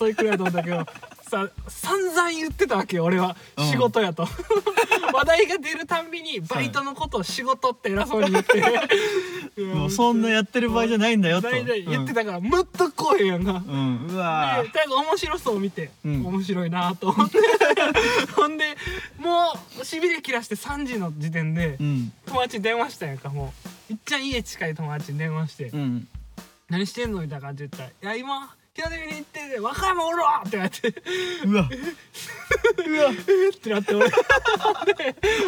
S2: 誘いくれやと思ったけどさ散々言ってたわけよ俺は、
S1: うん
S2: 仕事やと [LAUGHS] 話題が出るたんびにバイトのことを仕事って偉そうに言って
S1: [LAUGHS] もうそんなやってる場合じゃないんだよと
S2: 大体言ってたから、全くこうへんやんな
S1: うんうんう
S2: で
S1: わ
S2: とりあえず面白そう見て、
S1: うん
S2: 面白いなと思って [LAUGHS] ほんでもうしびれ切らして3時の時点で
S1: ーうん
S2: 友達に電話したんやんかもういっちゃん家近い友達に電話して「
S1: うん
S2: 何してんの?」みたいな感じで言ったら「いや今日の出に行ってて和歌山おるわ!」ってなって [LAUGHS]
S1: うわうわ
S2: えっってなって俺「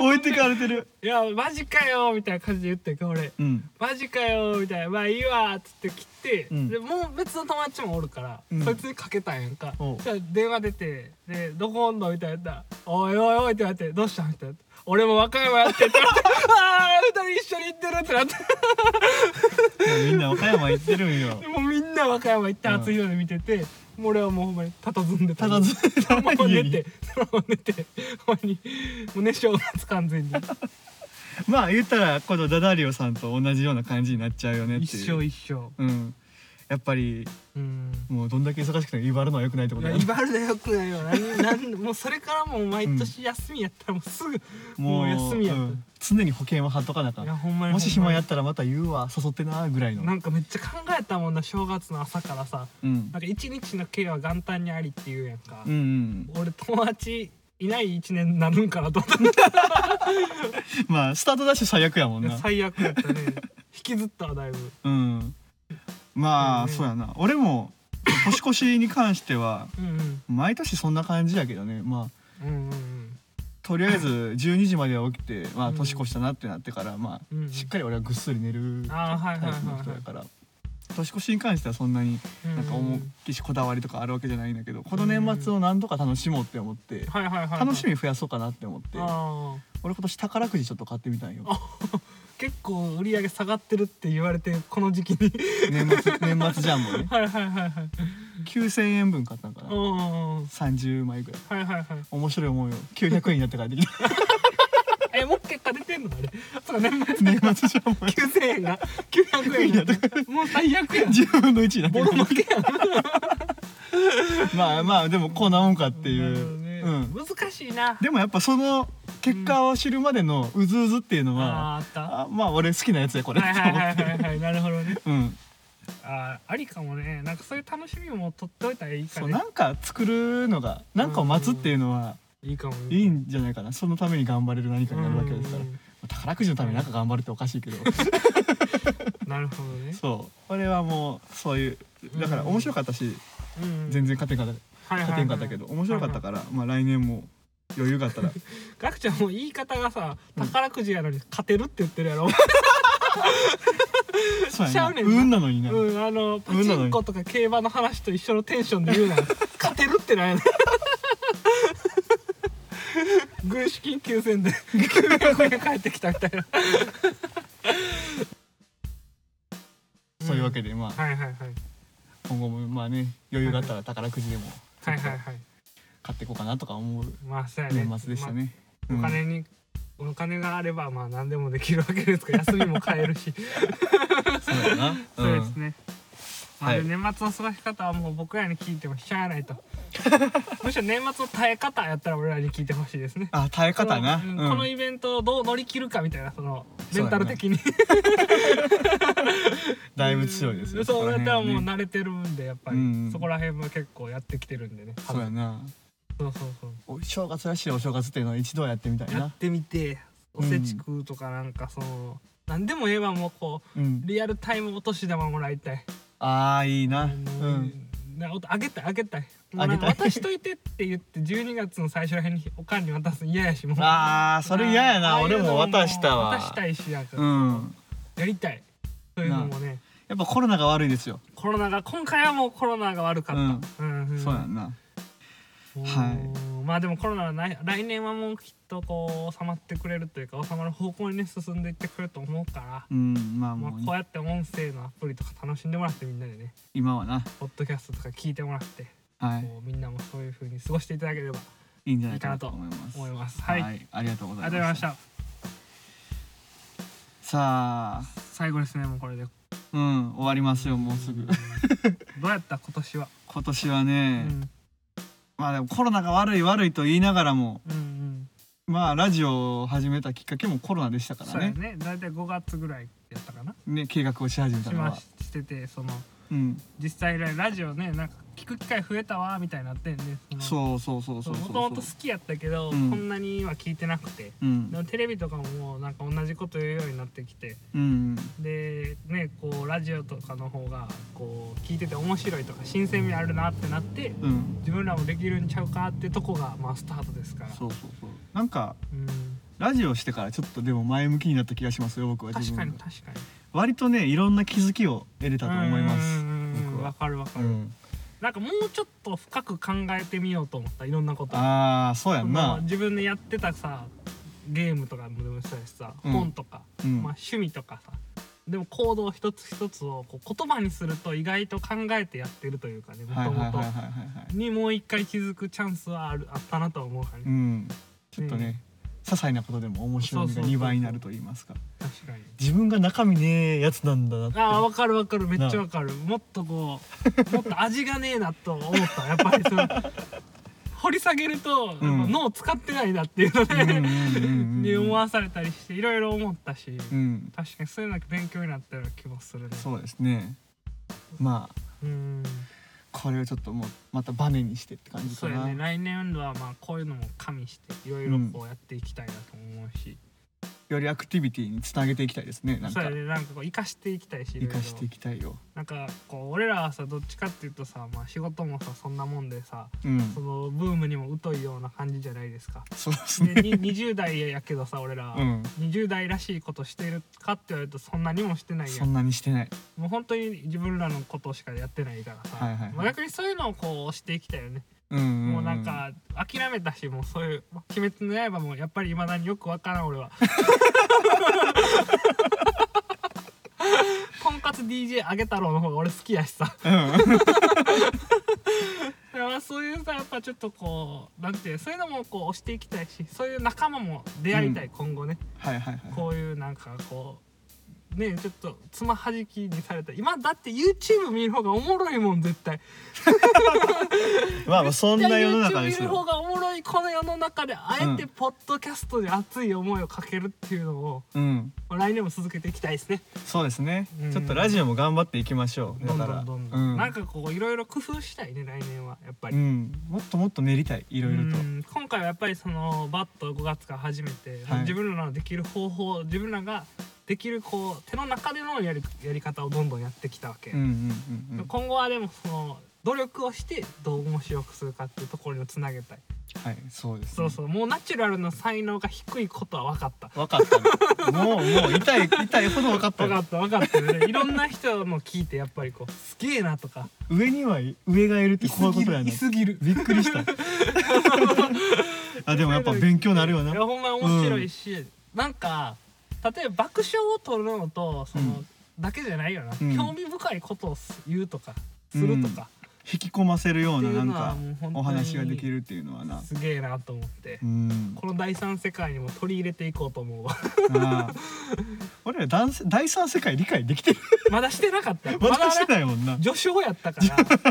S1: 置いてかれてる
S2: いやマジかよ」みたいな感じで言ってんか俺。
S1: うん
S2: マジかよみたいな「まあいいわ」っつって切って、
S1: うん
S2: でもう別の友達もおるから、
S1: うん
S2: そいつにかけたんやんか
S1: おう
S2: そしたら電話出て「でどこおんの?」みたいなやったら「おいおいおい」って言われて「どうした?」みたいな「俺も和歌山やって」って言われて [LAUGHS] 「ああ二人一緒に行ってる」ってなって
S1: みんな岡山行ってるんよ
S2: でもうみんな和歌山行って
S1: うん
S2: 熱いので見てて、もう俺はもうほんまに佇んでた
S1: ただずっ
S2: そのまま
S1: と
S2: 寝
S1: 家に
S2: てそのまま寝てほんまにもう寝性がつかん全に
S1: まあ言ったらこのダダリオさんと同じような感じになっちゃうよねって
S2: 一
S1: いう
S2: 生一生
S1: うんやっぱり
S2: うん
S1: もうどんだけ忙しくても威張るのは良くないってこ
S2: い
S1: と
S2: や [LAUGHS]
S1: だ
S2: 威
S1: ね
S2: 張るのよくないよ何何もうそれからもう毎年休みやったらもうすぐ、もう休みやっ
S1: う
S2: た、
S1: ん常に保険は張っとかなあか
S2: いや
S1: ん
S2: ほんまに
S1: もし暇や
S2: っ
S1: ったらまた言うわ誘ってなぐらいの
S2: なんかめっちゃ考えたもんな正月の朝からさ
S1: うん
S2: なんか一日の計は元旦にありって言うやんか、
S1: うんうん
S2: 俺友達いない一年になるんかなと思っ
S1: まあスタートダッシュ最悪やもん
S2: て
S1: な
S2: 最悪やったね引きずったわだいぶ
S1: うんまあ
S2: そうね
S1: そうやな俺も年越しに関しては
S2: うんうん
S1: 毎年そんな感じやけどねまあ
S2: うんうん
S1: とりあえず12時までは起き
S2: [LAUGHS]
S1: て、まあ、
S2: うん
S1: 年越したなってなってから、ま
S2: うんうん
S1: あ、しっかり俺はぐっすり寝る
S2: あ
S1: タ
S2: ーはい
S1: イ
S2: はいはいはい
S1: プの人だから年越しに関してはそんなに
S2: うん
S1: なんか思いっきしこだわりとかあるわけじゃないんだけどこの年末を何とか楽しもうって思って
S2: はいはいはいはい
S1: 楽しみ増やそうかなって思って
S2: あー
S1: 俺今年宝くじちょっと買ってみたんよ
S2: あ結構売り上げ下がってるって言われてるこの時期に [LAUGHS]
S1: 年末年末ジャンボね
S2: はいはいはいはい
S1: 9,000円分買ったんかな
S2: うんうんうん
S1: 30枚ぐらい
S2: はいはいはい
S1: 面白い思いを900円になってから [LAUGHS] できた
S2: え、もう結果出てんのあれ。そうね、
S1: 年末ジャンボ
S2: 九千円が九百円になってもう最悪やん。
S1: 10分の1になって
S2: ボ
S1: る
S2: ロ負けやん。
S1: まあまあでもこうなもんかっていう、
S2: なる
S1: う
S2: ほどね
S1: ん、
S2: 難しいな。
S1: でもやっぱその結果を知るまでのうずうずっていうの
S2: あ
S1: は、
S2: ーあった。
S1: あまあ俺好きなやつやこれ
S2: はいはいはいはいはい、なるほどね。
S1: [LAUGHS] うん
S2: あーありかもねなんかそういう楽しみも取っておいたらいいか
S1: そう
S2: ね
S1: なんか作るのがなんかを待つっていうのはい
S2: いかもね
S1: いいんじゃないかなそのために頑張れる何かになるわけですから
S2: うん
S1: 宝くじのためになんか頑張るっておかしい
S2: [LAUGHS]
S1: けど
S2: なるほどね、
S1: そうこれはもうそういうだから面白かったし
S2: うん、
S1: 全然勝てんかった勝てんかったけど面白かった
S2: ら
S1: からまあ来年も余裕があったら
S2: ガクちゃんも言い方がさ宝くじやのに勝てるって言ってるやろ、
S1: [LAUGHS] そう
S2: ちゃ
S1: や
S2: う
S1: な
S2: ねんな
S1: 運なのにな
S2: うん、あのパチンコとか競馬の話と一緒のテンションで言う
S1: [LAUGHS]
S2: なら勝てるってなんやねん軍資金9000で900円返ってきたみたいな
S1: そういうわけでまあ
S2: はいはいはい
S1: 今後もまあね余裕があったら宝くじでも
S2: はいはいはい
S1: 買っていこうかなとか思う
S2: まあそうやね
S1: 年末でしたね
S2: まあお金に、お金があればまあ何でもできるわけですから休みも買えるし
S1: うんそうやな
S2: そうで
S1: ん
S2: すね、まあ
S1: はい
S2: 年末の過ごし方はもう僕らに聞いてもしゃあな
S1: [LAUGHS]
S2: いとむしろ年末の耐え方やったら俺らに聞いてほしいですね
S1: あ耐え方な
S2: そのうん
S1: うん
S2: このイベントをどう乗り切るかみたいなそのメンタル的に
S1: だいぶ強いですよ
S2: そう
S1: こ
S2: や
S1: ら
S2: ったらも
S1: 辺
S2: う
S1: はね
S2: 慣れてるんでやっぱり、
S1: うん
S2: そこら辺も結構やってきてるんでね
S1: そうやな
S2: そうそうそう
S1: お正月らしいお正月っていうのを一度はやってみたい
S2: やっ
S1: な
S2: てみておせち食うとかなんかその、なんでもええわもうこ
S1: うん
S2: うリアルタイムお年玉もらいたい、
S1: ああいいな
S2: あ
S1: う
S2: の
S1: ん
S2: なおあげたいあげたい
S1: あげたい
S2: なんか渡しといてって言って12月の最初らへんにおかんに渡すの嫌やしもう
S1: あーそれ嫌や
S2: あ
S1: な
S2: あいう
S1: 俺
S2: の
S1: も渡したわ
S2: 渡したいしなんか、
S1: うん
S2: やりたいそういうのもね
S1: やっぱコロナが悪いですよ
S2: コロナが今回はもうコロナが悪かった、うんうん
S1: そうやんな
S2: うん
S1: はい
S2: まあでもコロナはない来年はもうきっとこう収まってくれるというか収まる方向にね進んでいってくれると思うから、
S1: うんまあ
S2: まあ、
S1: も
S2: こ
S1: う
S2: うやって音声のアプリとか楽しんでもらってみんなでね
S1: 今はな
S2: ポッドキャストとか聞いてもらって、
S1: はい
S2: こうみんなもそういう風に過ごしていただければ
S1: いいんじゃないかなと思います
S2: 思いますは、
S1: はいいありがとうご
S2: あ
S1: ざい
S2: りがとうござい
S1: ま
S2: ま
S1: し
S2: したた
S1: さあ
S2: 最後ですねもうこれで
S1: うん終わりますよもうすぐ
S2: どうやった今年は、
S1: 今年は
S2: う
S1: ね
S2: ん、
S1: まあでもコロナが悪い悪いと言いながらも
S2: うんうん
S1: まあラジオを始めたきっかけもコロナでしたから
S2: そうや
S1: ね
S2: ね大体5月ぐらいやったかな
S1: ね計画をし始めた
S2: し
S1: の
S2: ま
S1: は
S2: ししててその
S1: うん
S2: 実際ラジオねなんか聞く機会増えたわみたいになってんねその
S1: そうそうそうそう
S2: も
S1: そう
S2: ともと好きやったけど、
S1: うん
S2: こんなには聞いてなくて
S1: うん
S2: でもテレビとかももうなんか同じこと言うようになってきて
S1: うん
S2: でねこうラジオとかの方がこう聞いてて面白いとか新鮮味あるなってなって
S1: うん
S2: 自分らもできるんちゃうかってとこがまあスタートですから
S1: そうそうそうなんか
S2: うん、
S1: ラジオしてからちょっとでも前向きになった気がしますよ僕は自
S2: 確か
S1: 分
S2: に
S1: が
S2: 確かに
S1: 割とねいろんな気づきを得れたと思いま
S2: う
S1: す
S2: んうんうん
S1: 僕は
S2: わかるわか
S1: う
S2: る、
S1: ん
S2: なんかもうちょっと深く考えてみようと思ったいろんなこと
S1: ああそうやん
S2: まあ
S1: な
S2: 自分でやってたさゲームとかもでもそうやしさ、
S1: うん
S2: 本とか、
S1: うん
S2: まあ、趣味とかさでも行動一つ一つをこう言葉にすると意外と考えてやってるというかねも
S1: はい
S2: と
S1: はいはい
S2: もと
S1: はいはいはい
S2: にもう一回気づくチャンスはあるあったなとは思うからね、
S1: うんちょっとね些細なことでも面白みが2倍になると言いますか
S2: 確かに
S1: 自分が中身ねえやつなんだなって
S2: ああ分かる分かるめっちゃ分かるもっとこうもっと味がねえなと思ったやっぱりその掘り下げるとやっぱ
S1: うん
S2: 脳使ってないなっていうの
S1: うんうんう
S2: ね、
S1: んうん
S2: に思わされたりしていろいろ思ったし、
S1: うん
S2: 確かにそういうのが勉強になったような気もするね
S1: そうですねまあ
S2: うーん
S1: これをちょっともうまたバネにしてって感じ
S2: そ
S1: か
S2: うや
S1: な
S2: ね来年度はまあこういうのも加味していろいろこうやっていきたいなと思うし、
S1: よりアクティビティにつなげていきたいですねなん
S2: そう
S1: か
S2: やねなんかこう生かしていきたいし
S1: 生かしてい
S2: いろい
S1: きたいよ
S2: ろなんかこう俺らはさどっちかっていうとさ、まあ、仕事もさそんなもんでさ
S1: うん
S2: そのブームにも疎いような感じじゃないで
S1: [LAUGHS]
S2: すか。
S1: そうですね
S2: でに20代やけどさ俺ら、
S1: うん
S2: 20代らしいことしてるかって言われるとそんなにもしてないや
S1: そ
S2: ん
S1: んなにしてない
S2: もう本当に自分らのことしかやってないからさ、
S1: はいはいはい
S2: まあ逆にそういうのをこうしていきたいよね
S1: うんうん
S2: もうなんか諦めたしもうそういう「鬼滅の刃」もやっぱりいまだによくわからん
S1: [LAUGHS]
S2: 俺は。とんかつ DJ あげ太郎の方が俺好きやしさ
S1: うん [LAUGHS]
S2: だからそういうさやっぱちょっとこうなんていうそういうのもこう押していきたいしそういう仲間も出会いたい、今後ね
S1: はいはいはい
S2: こういうなんかこうねちょっとつまはじきにされた今だって YouTube 見る方がおもろいもん絶対
S1: まあまあそんな世の中で
S2: 絶
S1: す
S2: 対 YouTube 見る
S1: よ
S2: 方がおもろいこの世の中であえて
S1: うん
S2: ポッドキャストで熱い思いをかけるっていうのを、
S1: うん
S2: まあ来年も続けていきたいですね
S1: そうですね、
S2: うん
S1: ちょっとラジオも頑張っていきましょう
S2: ど
S1: だ
S2: んど
S1: から
S2: んどんどん、
S1: うん
S2: なんかこういろいろ工夫したいね来年はやっぱり、
S1: うん、もっともっと練りたいいろいろと
S2: うん今回はやっぱりそのバット5月から始めて、
S1: はい
S2: 自分らのできる方法自分らができるこう手の中でのやりやり方をどんどんやってきたわけ、
S1: うんうんうんうん
S2: 今後はでもその努力をしてどう面白くするかっていうところにつなげたい、
S1: はいそうです、ね、
S2: そうそうもうナチュラルの才能が低いことは分かった
S1: 分かったねもうもう痛い痛いほど分かった
S2: 分か
S1: よ
S2: った分かっ
S1: [LAUGHS]
S2: たよねいろんな人の聞いてやっぱりこうすげえなとか
S1: 上には上がいるってこういうことや
S2: い
S1: ね
S2: すぎる
S1: びっくりした
S2: [LAUGHS]
S1: あでもやっぱ勉強になるよ
S2: い
S1: な
S2: やほんま面白いし、なんか例えば爆笑を取るのとその、
S1: うん
S2: だけじゃないよな、
S1: うん
S2: 興味深いことをす言うとかするとか、
S1: 引き込ませるよう
S2: って
S1: なな
S2: いう
S1: ん
S2: のは
S1: か
S2: もう本当に
S1: お話ができるっていうのはな
S2: すげえなと思って、
S1: うん
S2: この第三世界にも取り入れていこうと思うわ
S1: あ
S2: [LAUGHS]
S1: あ俺ら男性第三世界理解できてる
S2: まだしてなかったよ
S1: [LAUGHS] まだして
S2: まだ
S1: ないもんな、
S2: 序章やったか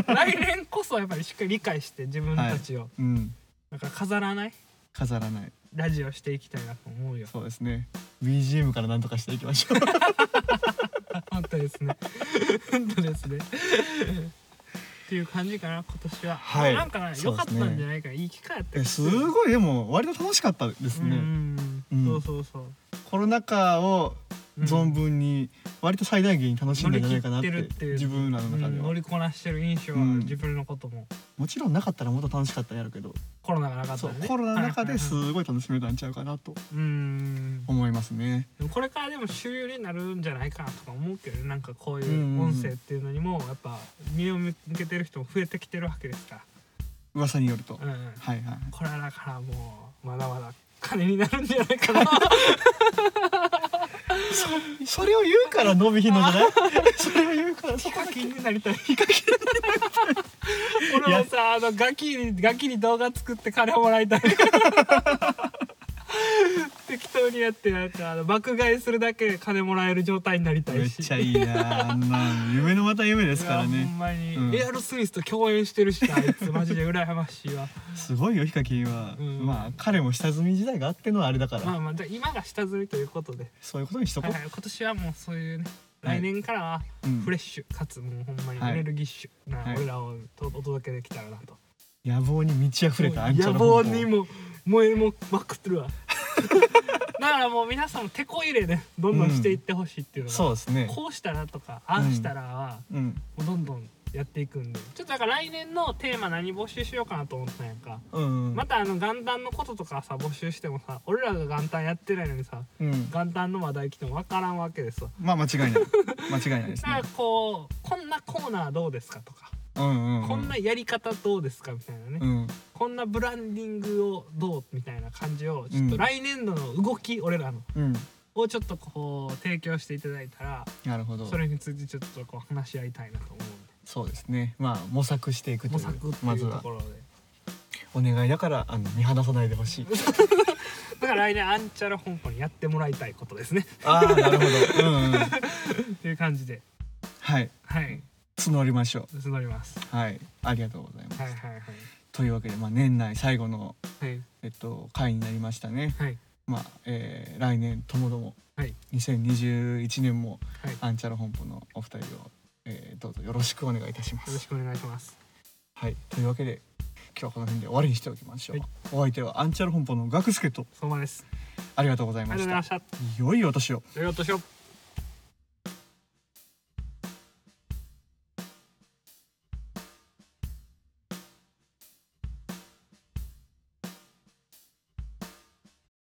S2: ら
S1: [LAUGHS]
S2: 来年こそやっぱりしっかり理解して自分たちを、
S1: うん
S2: なんか飾らない
S1: 飾らない
S2: ラジオしていきたいなと思うよ
S1: そうですね BGM からなんとかしていきましょう
S2: 本当ですね本当ですねっていう感じかな今年は、
S1: はい
S2: なんか良かったんじゃないかな、いい機会やった
S1: [LAUGHS] え
S2: よ
S1: すごいでも割と楽しかったです
S2: う
S1: ね、
S2: ん、
S1: うん
S2: そうそうそう
S1: コロナ禍を存分に割と最大限に楽しんだんじゃないかなって,、
S2: 乗り切ってるって
S1: 自
S2: いう
S1: 分らの中
S2: うん
S1: では、
S2: 乗りこなしてる印象はある、
S1: うん
S2: 自分のことも
S1: もちろんなかったらもっと楽しかったんやるけど、
S2: コロナがなかった
S1: そう
S2: らね
S1: コロナの中で
S2: はいはい
S1: すごい楽しめたんちゃうかなと
S2: はいうん
S1: 思いますね。
S2: でもこれからでも主流になるんじゃないかなとか思うけどねなんかこうい
S1: んうん
S2: う
S1: うん
S2: 音声っていうのにもやっぱ身を向けてる人も増えてきてるわけですか
S1: 噂によると、
S2: ら、うん、
S1: はいはい
S2: これはだからもうまだまだ金になるんじゃないかな
S1: それを言うから伸びひんのじゃ [LAUGHS] ないそれを言うからそ
S2: ヒ
S1: こ
S2: カキンになりたい。ヒカキンになりたい。俺もさ、あのガキに、ガキに動画作って金もらいたい。適当にやって、なんか、あの爆買いするだけで金もらえる状態になりた
S1: め
S2: い
S1: っ
S2: し。
S1: ちゃいいなあんなん夢のまた夢ですから
S2: いやほ
S1: ね
S2: んまに、
S1: うん
S2: エアロスミスと共演してるしなあいつマジで羨ましいわ
S1: すごいよヒカキンは、
S2: うん
S1: まあ彼も下積み時代があってのはあれだから、
S2: まあまあじゃあ今が下積みということで、
S1: そういうことにしとこう、
S2: はいはい、今年はもうそういうね
S1: はい
S2: 来年からは
S1: うん
S2: フレッシュ、かつもうほんまに
S1: はい
S2: エネルギッシュな
S1: はい
S2: 俺らをとお届けできたらなと
S1: 野望に満ち溢れたアンチャ
S2: 野
S1: の
S2: 望
S1: 方向
S2: にも燃えもまくってるわ [LAUGHS] だからもう皆さんも手こ入れでどんどんしていってほしいっていうのが、
S1: そうですね
S2: こうしたらとかああしたらは
S1: うん
S2: もうどんどんやっていくんでちょっとだから来年のテーマ何募集しようかなと思ったんやんか
S1: うん
S2: またあの元旦のこととかさ募集してもさ俺らが元旦やってないのにさ
S1: うん
S2: 元旦の話題来ても分からんわけですわ
S1: まあ間違い
S2: [LAUGHS]
S1: ない間違いないです
S2: だか
S1: ね
S2: らこうこんなコーナーどうですかとか
S1: うんうんうん
S2: こんなやり方どうですかみたいなね
S1: うん
S2: こんなブランディングをどうみたいな感じをちょっ
S1: う
S2: と
S1: ん
S2: 来年度の動き、俺らの
S1: うん
S2: をちょっとこう提供していただいたら
S1: なるほど
S2: それについてちょっとこう話し合いたいなと思うん
S1: そうですねまあ模索していく
S2: で
S1: とい
S2: 模
S1: う
S2: 索って
S1: ま
S2: い
S1: ず
S2: うと
S1: は
S2: ころで、
S1: お願いだからあの見放さないでほ
S2: [LAUGHS]
S1: しい
S2: だから来年アンチャラ香港にやってもらいたいこ
S1: [LAUGHS]
S2: とですね
S1: ああなるほどうん、うん、
S2: っていう感じで
S1: はい
S2: はい
S1: 募りましょ
S2: 募ります
S1: うはいありがとうございます、
S2: はいはいはい
S1: というわけで、まあ、年内最後の、
S2: はい
S1: えっと、回になりましたね
S2: はい
S1: まあ、えー来年ともども
S2: はい
S1: 2021年も
S2: はいよ
S1: アンチャラ本舗のお二人を、えーどうぞよろしくお願いいたします
S2: ろしくお願いします
S1: はい、というわけで今日はこの辺で終わりにしておきましょう、
S2: はい
S1: お相手はアンチャル本舗のガクスケと
S2: 相馬です
S1: ありがとうござい
S2: あ
S1: ま
S2: りがとうご
S1: し
S2: ざいま
S1: た
S2: した
S1: 良いお年を
S2: よいお年を